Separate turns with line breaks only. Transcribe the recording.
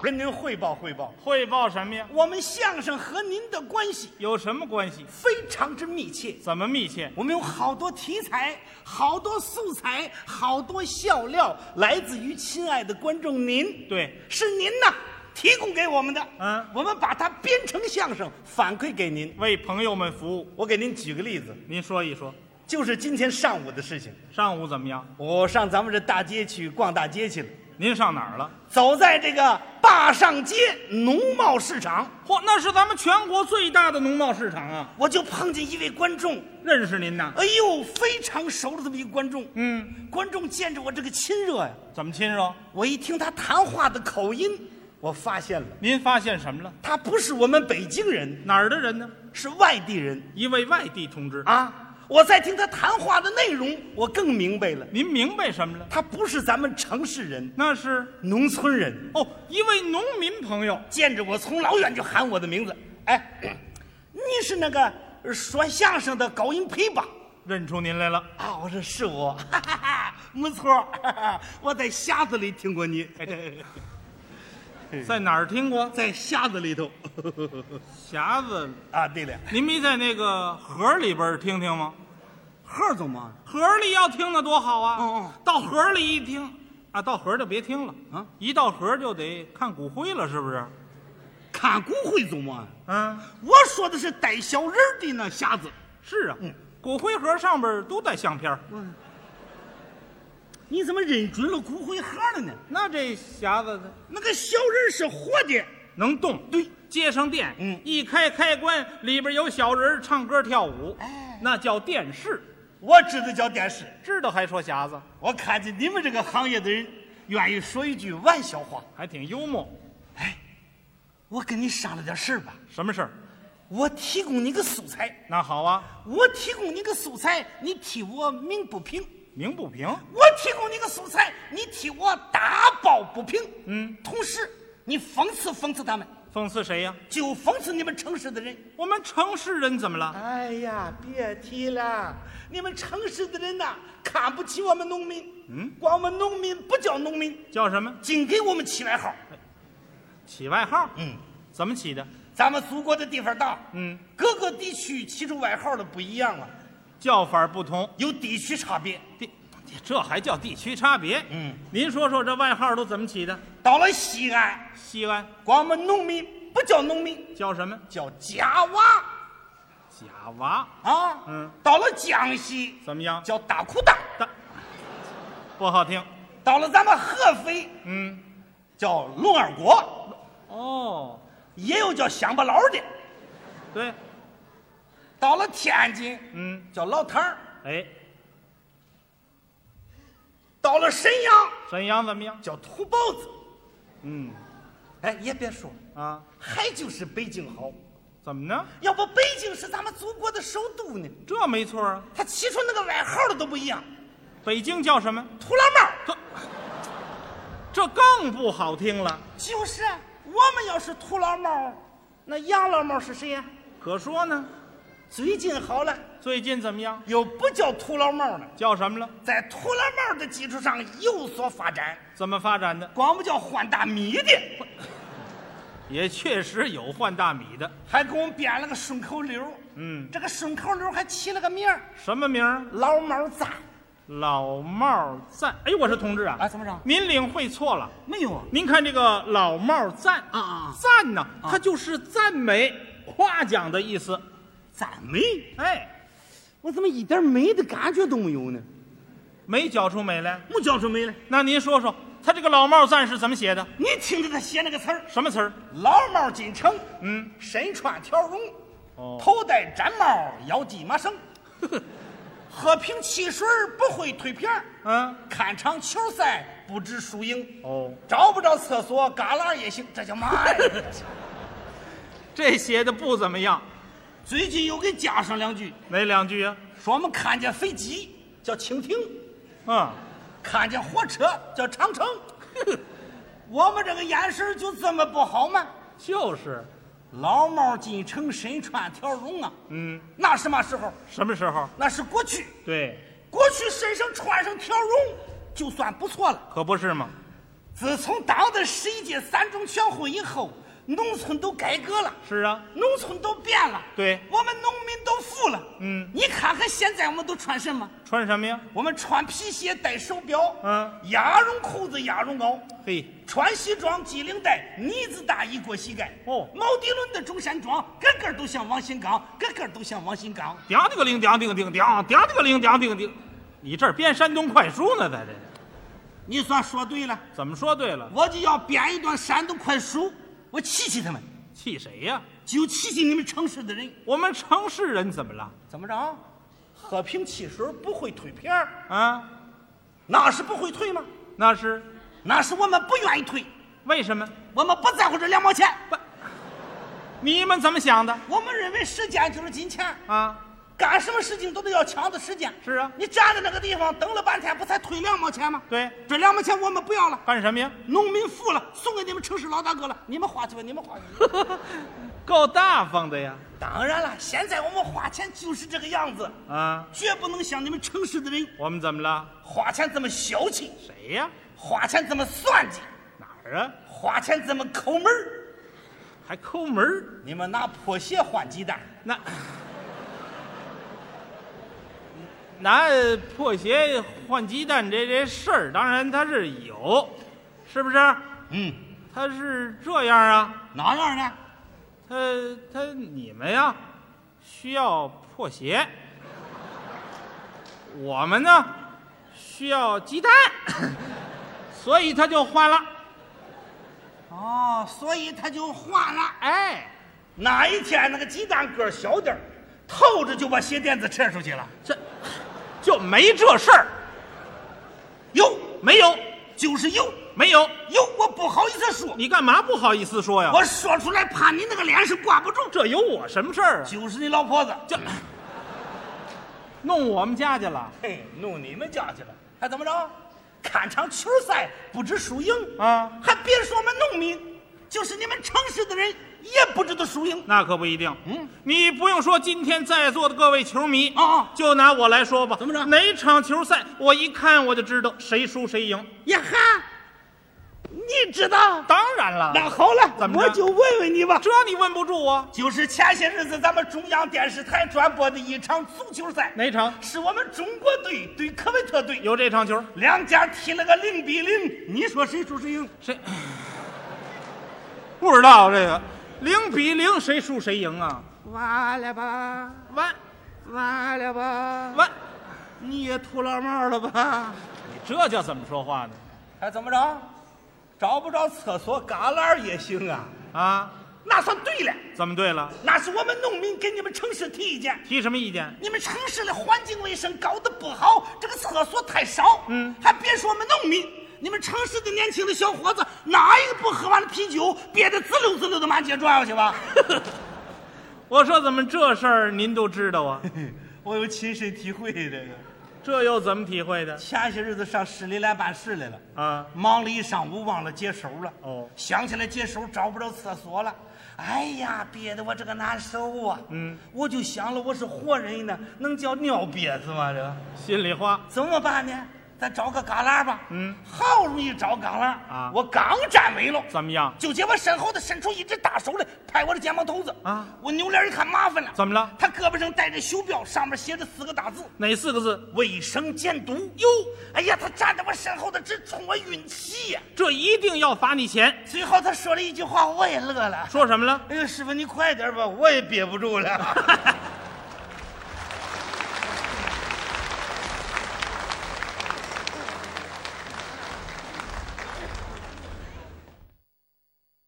跟您汇报汇报，
汇报什么呀？
我们相声和您的关系
有什么关系？
非常之密切。
怎么密切？
我们有好多题材，好多素材，好多笑料，来自于亲爱的观众您，
对，
是您呐提供给我们的。
嗯
我们把它编成相声，反馈给您。
为朋友们服务。
我给您举个例子，
您说一说，
就是今天上午的事情。
上午怎么样？
我上咱们这大街去逛大街去了，
您上哪儿了？
走在这个坝上街农贸市场，
嚯，那是咱们全国最大的农贸市场啊！
我就碰见一位观众，
认识您呐？
哎呦，非常熟的这么一个观众。
嗯，
观众见着我这个亲热呀、
怎么亲热？
我一听他谈话的口音，我发现了
您发现什么了？
他不是我们北京人，
哪儿的人呢？
是外地人
一位外地同志。
啊！我在听他谈话的内容，我更明白了，
您明白什么了？
他不是咱们城市人，
那是
农村人。
哦，一位农民朋友。
见着我从老远就喊我的名字，哎，你是那个呃说相声的高音培吧？
认出您来了。
啊，我说是我，哈哈哈，没错，哈哈我在匣子里听过你，哎
在哪儿听过？
在匣子里头。
匣子，
啊，对了，
您没在那个盒里边儿听听吗？
贺总吗？
盒里要听那多好啊！
哦
到盒里一听，啊，到盒就别听了
啊
一到盒就得看骨灰了，是不是？
看骨灰总吗？
嗯，
我说的是带小人儿的那匣子。
是啊，
嗯
骨灰盒上边都带相片儿，
你怎么认准了骨灰盒了呢？
那这匣子呢
那个小人儿是活的，
能动，
对，
接上电，
嗯
一开开关，里边有小人儿唱歌跳舞，
哎
那叫电视。
我知道叫电视。
知道还说匣子，
我看见你们这个行业的人愿意说一句玩笑话，
还挺幽默。
我跟你商量点事儿吧。
什么事儿？
我提供你个素材，
那好啊，
我提供你个素材，你替我鸣不平；
鸣不平。
我提供你个素材，你替我打抱不平。
嗯，
同时你讽刺讽刺他们，
讽刺谁呀、
就讽刺你们城市的人。
我们城市人怎么了？
哎呀，别提了，你们城市的人呐、看不起我们农民，嗯，管我们农民不叫农民，
叫什么？
净给我们起外号。
起外号？
嗯，
怎么起的？
咱们祖国的地方大，
嗯，
各个地区起出外号的不一样了，
叫法不同。
有地区差别。
地，这还叫地区差别？
嗯，
您说说这外号都怎么起的？
到了西安，
西安
管我们农民不叫农民，
叫什么？
叫家娃
贾娃？
啊。
嗯，
到了江西
怎么样？
叫大裤裆，
大，不好听。
到了咱们合肥
嗯，
叫龙二果，
哦，
也有叫乡巴佬的。
对，
到了天津
嗯，
叫老头儿，
哎，
到了沈阳
沈阳怎么样？
叫土包子。
嗯，
哎，也别说，
啊，
还就是北京好。
怎么呢？
要不北京是咱们祖国的首都呢，
这没错啊。
他起出那个外号的都不一样。
北京叫什么？
土老帽儿
这，这更不好听了。
就是啊，我们要是土老帽儿，那洋老帽儿是谁呀、
可说呢，
最近好了，
最近怎么样？
有不叫土老帽儿的，
叫什么了？
在土老帽儿的基础上有所发展，
怎么发展的？
光不叫换大米的，
也确实有换大米的。
还给我们编了个顺口溜儿。
嗯，
这个顺口溜儿还起了个名儿
什么名儿？
“老猫儿赞
老帽赞。哎，我说同志啊，
啊怎么着
您领会错了。”，
没有啊？
您看这个老帽赞
啊啊
赞呢，它就是赞美、夸奖的意思。
赞美？
哎，
我怎么一点美的感觉都没有呢？
没觉出美来。
没叫出美来。
那您说说，他这个老帽赞是怎么写的？
你听着他写那个词儿
什么词儿？
“老帽儿进城”，
嗯，
身穿条绒，
哦
头戴毡帽，腰系麻 绳，喝瓶汽水儿不会推瓶儿，
嗯，
看场球赛不知输赢，
哦，
找不着厕所旮旯也行，这叫嘛呀？
这写的不怎么样。
最近又给加上两句，
哪两句啊？
说我们看见飞机叫蜻蜓，
嗯，
看见火车叫长城，我们这个眼神儿就这么不好吗？
就是。
老帽进城，身穿条绒啊，
嗯，
那是嘛时候？
什么时候？
那是过去。
对，
过去身上穿上条绒就算不错了，
可不是嘛。
自从党的十一届三中全会以后，农村都改革了，
是啊，
农村都变了，
对
我们农民都富了。
嗯，
你看看现在我们都穿什么？
穿什么呀？
我们穿皮鞋，戴手表，
嗯，
鸭绒裤子，鸭绒袄。
嘿，
穿西装、系领带、呢子大衣过膝盖。
哦
毛涤纶的中山装，个个都像王新刚，个个都像王新刚。
叮叮个铃，叮叮叮叮，叮叮个铃，叮叮叮。你这儿编山东快书呢，在这儿
你算说对了，
怎么说对了？
我就要编一段山东快书，我气气他们，
气谁呀？
就气气你们城市的人。
我们城市人怎么了？
怎么着？喝瓶汽水不会退瓶儿
啊，
那是不会退吗？
那是
那是我们不愿意退，
为什么？
我们不在乎这两毛钱，
你们怎么想的？
我们认为时间就是金钱，
啊，
干什么事情都得要抢着时间。
是啊
你站在那个地方等了半天，不才退两毛钱吗？
对，
这两毛钱我们不要了，
干什么呀？
农民富了，送给你们城市老大哥了，你们花去吧，你们花去 吧。
够大方的呀！
当然了，现在我们花钱就是这个样子，
啊，
绝不能像你们城市的人
我们怎么了？
花钱这么小气，
谁呀？
花钱这么算计，
哪儿啊？
花钱这么抠门儿
还抠门儿？
你们拿破鞋换鸡蛋，
那拿破鞋换鸡蛋这这事儿，当然他是有，是不是？
嗯，
他是这样啊？
哪样呢？
他他你们呀，需要破鞋，我们呢需要鸡蛋，所以他就换了。
哦，所以他就换了。
哎，
哪一天那个鸡蛋个儿小点儿，透着就把鞋垫子撤出去了。
这就没这事儿，
有，
没有，
就是有，
没有。
有，我不好意思说，
你干嘛不好意思说呀？
我说出来怕你那个脸上挂不住。
这有我什么事儿啊？
就是你老婆子，
这 弄我们家去了
嘿，弄你们家去了，还怎么着？看场球赛不知输赢，
啊？
还别说我们农民，就是你们城市的人也不知道输赢。
那可不一定。
嗯，
你不用说，今天在座的各位球迷
啊
就拿我来说吧，
怎么着
哪场球赛我一看我就知道谁输谁赢。
呀哈，你知道？
当然了，
那好了，
怎么着
我就问问你吧。
这你问不住啊？
就是前些日子咱们中央电视台转播的一场足球赛，
哪场
是我们中国队对科威特队，
有这场球？
两家踢了个零比零。你说谁输谁赢？
谁 不知道这个零比零谁输谁赢啊？
完了吧，
完
完了吧，
完，
你也秃老帽了吧？
你这叫怎么说话呢？
还怎么着？找不着厕所旮旯也行啊？
啊，
那算对了，
怎么对了？
那是我们农民给你们城市提意见。
提什么意见？
你们城市的环境卫生搞得不好，这个厕所太少。
嗯
还别说我们农民，你们城市的年轻的小伙子，哪一个不喝完了啤酒，憋得滋溜滋溜的满街转悠去吧？
我说怎么这事儿您都知道啊？
我有亲身体会这个。
这又怎么体会的
前些日子上市里来办事来了，
啊？
忙了一上午，忘了接手了。
哦
想起来接手，找不着厕所了。哎呀，憋得我这个难受啊！
嗯，
我就想了，我是活人呢，能叫尿憋死吗？这个。
心里话，
怎么办呢？咱找个旮旯吧。
嗯，
好容易找旮旯
啊
我刚站稳了，
怎么样？
就见我身后的伸出一只大手来拍我的肩膀头子。
啊
我扭脸一看，麻烦了。
怎么了
他胳膊上戴着袖标，上面写着四个大字
哪四个
“
字？
卫生监督”。哟，哎呀，他站在我身后的直冲我运气呀！
这一定要罚你钱。
最后他说了一句话，我也乐了。
说什么了？
哎呦，师傅你快点吧，我也憋不住了。